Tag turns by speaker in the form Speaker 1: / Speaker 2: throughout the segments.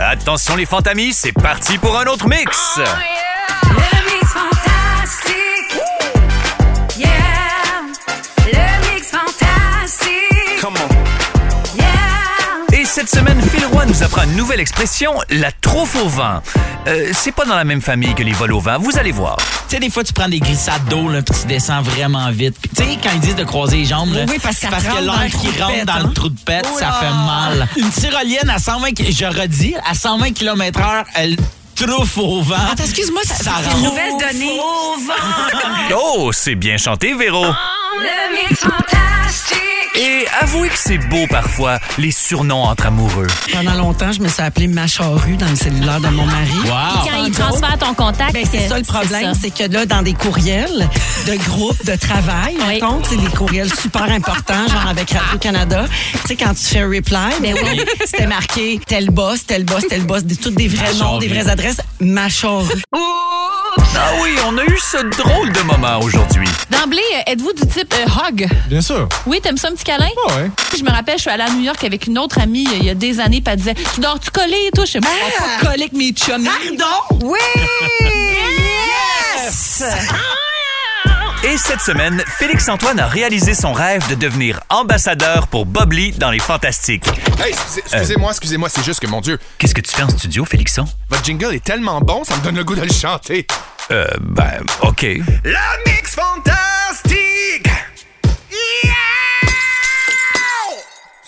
Speaker 1: Attention les fantamis, c'est parti pour un autre mix.
Speaker 2: Le mix fantastique. Yeah. Le mix fantastique.
Speaker 3: Come on.
Speaker 2: Yeah.
Speaker 1: Et cette semaine, Phil Roy nous apprend une nouvelle expression, la truffe au vin. Euh, c'est pas dans la même famille que les vols au vin, vous allez voir.
Speaker 4: Tu sais, des fois, tu prends des glissades d'eau, là, puis tu descends vraiment vite. Puis, tu sais, quand ils disent de croiser les jambes, là,
Speaker 5: Oui, oui, parce que ça te rentre
Speaker 4: que
Speaker 5: dans le
Speaker 4: l'air
Speaker 5: trou
Speaker 4: qui
Speaker 5: de
Speaker 4: rentre
Speaker 5: pète,
Speaker 4: dans
Speaker 5: hein.
Speaker 4: le trou de pète,
Speaker 5: Oh
Speaker 4: ça
Speaker 5: là!
Speaker 4: fait mal. Une tyrolienne à 120, ki- je redis, à 120 km h elle trouffe au vent.
Speaker 5: Attends, excuse-moi, ça,
Speaker 4: Ça
Speaker 5: c'est
Speaker 4: rentre.
Speaker 5: une
Speaker 2: Nouvelle
Speaker 5: nouvelle
Speaker 2: donnée.
Speaker 5: donnée.
Speaker 1: Oh, c'est bien chanté, Véro.
Speaker 2: Le mix fantastique.
Speaker 1: Et avouez que c'est beau parfois, les surnoms entre amoureux.
Speaker 5: Pendant longtemps, je me suis appelée ma charrue dans le cellulaire de mon mari.
Speaker 4: Wow!
Speaker 6: Quand ils transfèrent ton contact,
Speaker 5: Ben,
Speaker 7: Euh,
Speaker 5: c'est ça le problème, c'est que là, dans des courriels de groupe, de travail,
Speaker 6: Oui.
Speaker 5: mettons, c'est des courriels super importants, genre avec Radio-Canada. Tu sais, quand tu fais reply, ben oui, c'était marqué tel boss, tel boss, tel boss, des, toutes des vrais noms, des
Speaker 4: charrue.
Speaker 5: vraies adresses, ma charrue.
Speaker 1: Ah oui, on a eu ce drôle de moment aujourd'hui.
Speaker 7: D'emblée, euh, êtes-vous du type euh, hug?
Speaker 8: Bien sûr.
Speaker 7: Oui, t'aimes ça un petit câlin?
Speaker 8: Ah ouais.
Speaker 7: Je me rappelle, je suis allée à New York avec une autre amie euh, il y a des années, puis elle disait Tu dors-tu collé et tout? Je sais pas,
Speaker 5: Ah!
Speaker 7: pas collé avec mes chums.
Speaker 5: Oui!
Speaker 1: Et cette semaine, Félix-Antoine a réalisé son rêve de devenir ambassadeur pour Bob Lee dans Les Fantastiques.
Speaker 8: Hey, excusez- excusez-moi, excusez-moi, c'est juste que mon Dieu,
Speaker 1: Qu'est-ce que tu fais en studio, Félixon?
Speaker 8: votre jingle est tellement bon, ça me donne le goût de le chanter.
Speaker 1: Euh, ben, OK.
Speaker 8: La mix fantastique.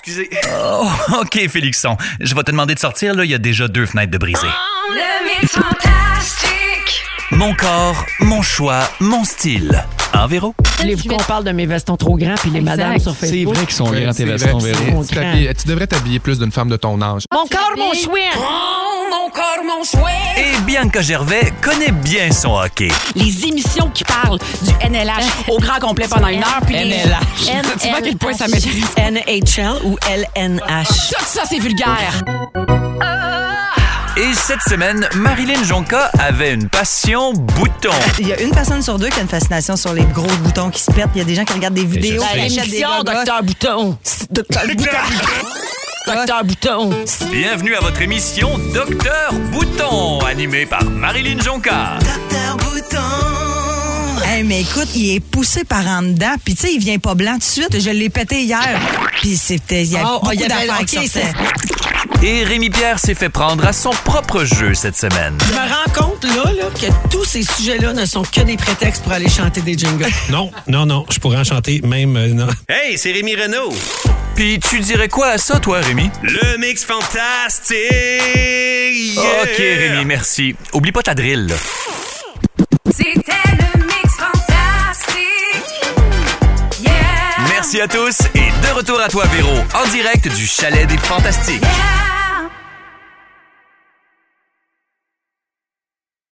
Speaker 8: Excusez.
Speaker 1: Oh, OK, Félixon. Je vais te demander de sortir, là, il y a déjà deux fenêtres de brisées.
Speaker 2: Le mix fantastique.
Speaker 1: Mon corps, mon choix, mon style. Hein, Véro?
Speaker 7: Je
Speaker 9: Voulez-vous
Speaker 7: vais-
Speaker 9: qu'on parle de mes vestons trop grands puis les
Speaker 7: Exact.
Speaker 9: madames sur
Speaker 3: C'est
Speaker 9: Facebook?
Speaker 3: vrai qu'ils sont
Speaker 8: Ouais,
Speaker 3: grands,
Speaker 8: c'est
Speaker 3: tes
Speaker 8: vrai,
Speaker 3: vestons,
Speaker 8: c'est-
Speaker 3: Véro.
Speaker 9: Mon
Speaker 8: tu,
Speaker 9: grand.
Speaker 8: t'habilles- tu devrais t'habiller plus d'une femme de ton âge.
Speaker 9: Mon corps, mon chouin!
Speaker 2: Oh, mon corps, mon souhait.
Speaker 1: Et Bianca Gervais connaît bien son hockey.
Speaker 9: Les émissions qui parlent du NLH au grand complet pendant une heure puis les-
Speaker 6: NLH.
Speaker 9: Tu vois à quel point ça m'intéresse.
Speaker 5: NHL ou LNH.
Speaker 9: Tout ça, c'est vulgaire.
Speaker 1: Et cette semaine, Marilyn Jonca avait une passion bouton.
Speaker 10: Il y a une personne sur deux qui a une fascination sur les gros boutons qui se pètent. Il y a des gens qui regardent des vidéos.
Speaker 9: La
Speaker 10: qui achètent des
Speaker 9: L'émission,
Speaker 10: gogos.
Speaker 9: docteur Bouton. Docteur Bouton. Docteur Bouton.
Speaker 1: Bienvenue à votre émission Docteur Bouton, animée par Marilyn Jonca.
Speaker 10: Docteur Bouton. Hey, mais écoute, il est poussé par en dedans. Puis, tu sais, il vient pas blanc tout de suite. Je l'ai pété hier. Puis, c'était. Il y a
Speaker 5: Oh, oh,
Speaker 10: beaucoup
Speaker 5: il y avait-
Speaker 10: d'affaires
Speaker 5: ok,
Speaker 10: qui sortaient.
Speaker 1: Et Rémi Pierre s'est fait prendre à son propre jeu cette semaine.
Speaker 5: Je me rends compte, là, là, que tous ces sujets-là ne sont que des prétextes pour aller chanter des jingles.
Speaker 11: Non, non, non, je pourrais en chanter même. euh, non.
Speaker 1: Hey, c'est Rémi Renault. Puis tu dirais quoi à ça, toi, Rémi?
Speaker 3: Le mix fantastique.
Speaker 1: Ok, Rémi, merci. Oublie pas ta drill. là.
Speaker 2: C'était le mix fantastique. Yeah.
Speaker 1: Merci à tous et de retour à toi, Véro, en direct du Chalet des Fantastiques.
Speaker 2: Yeah.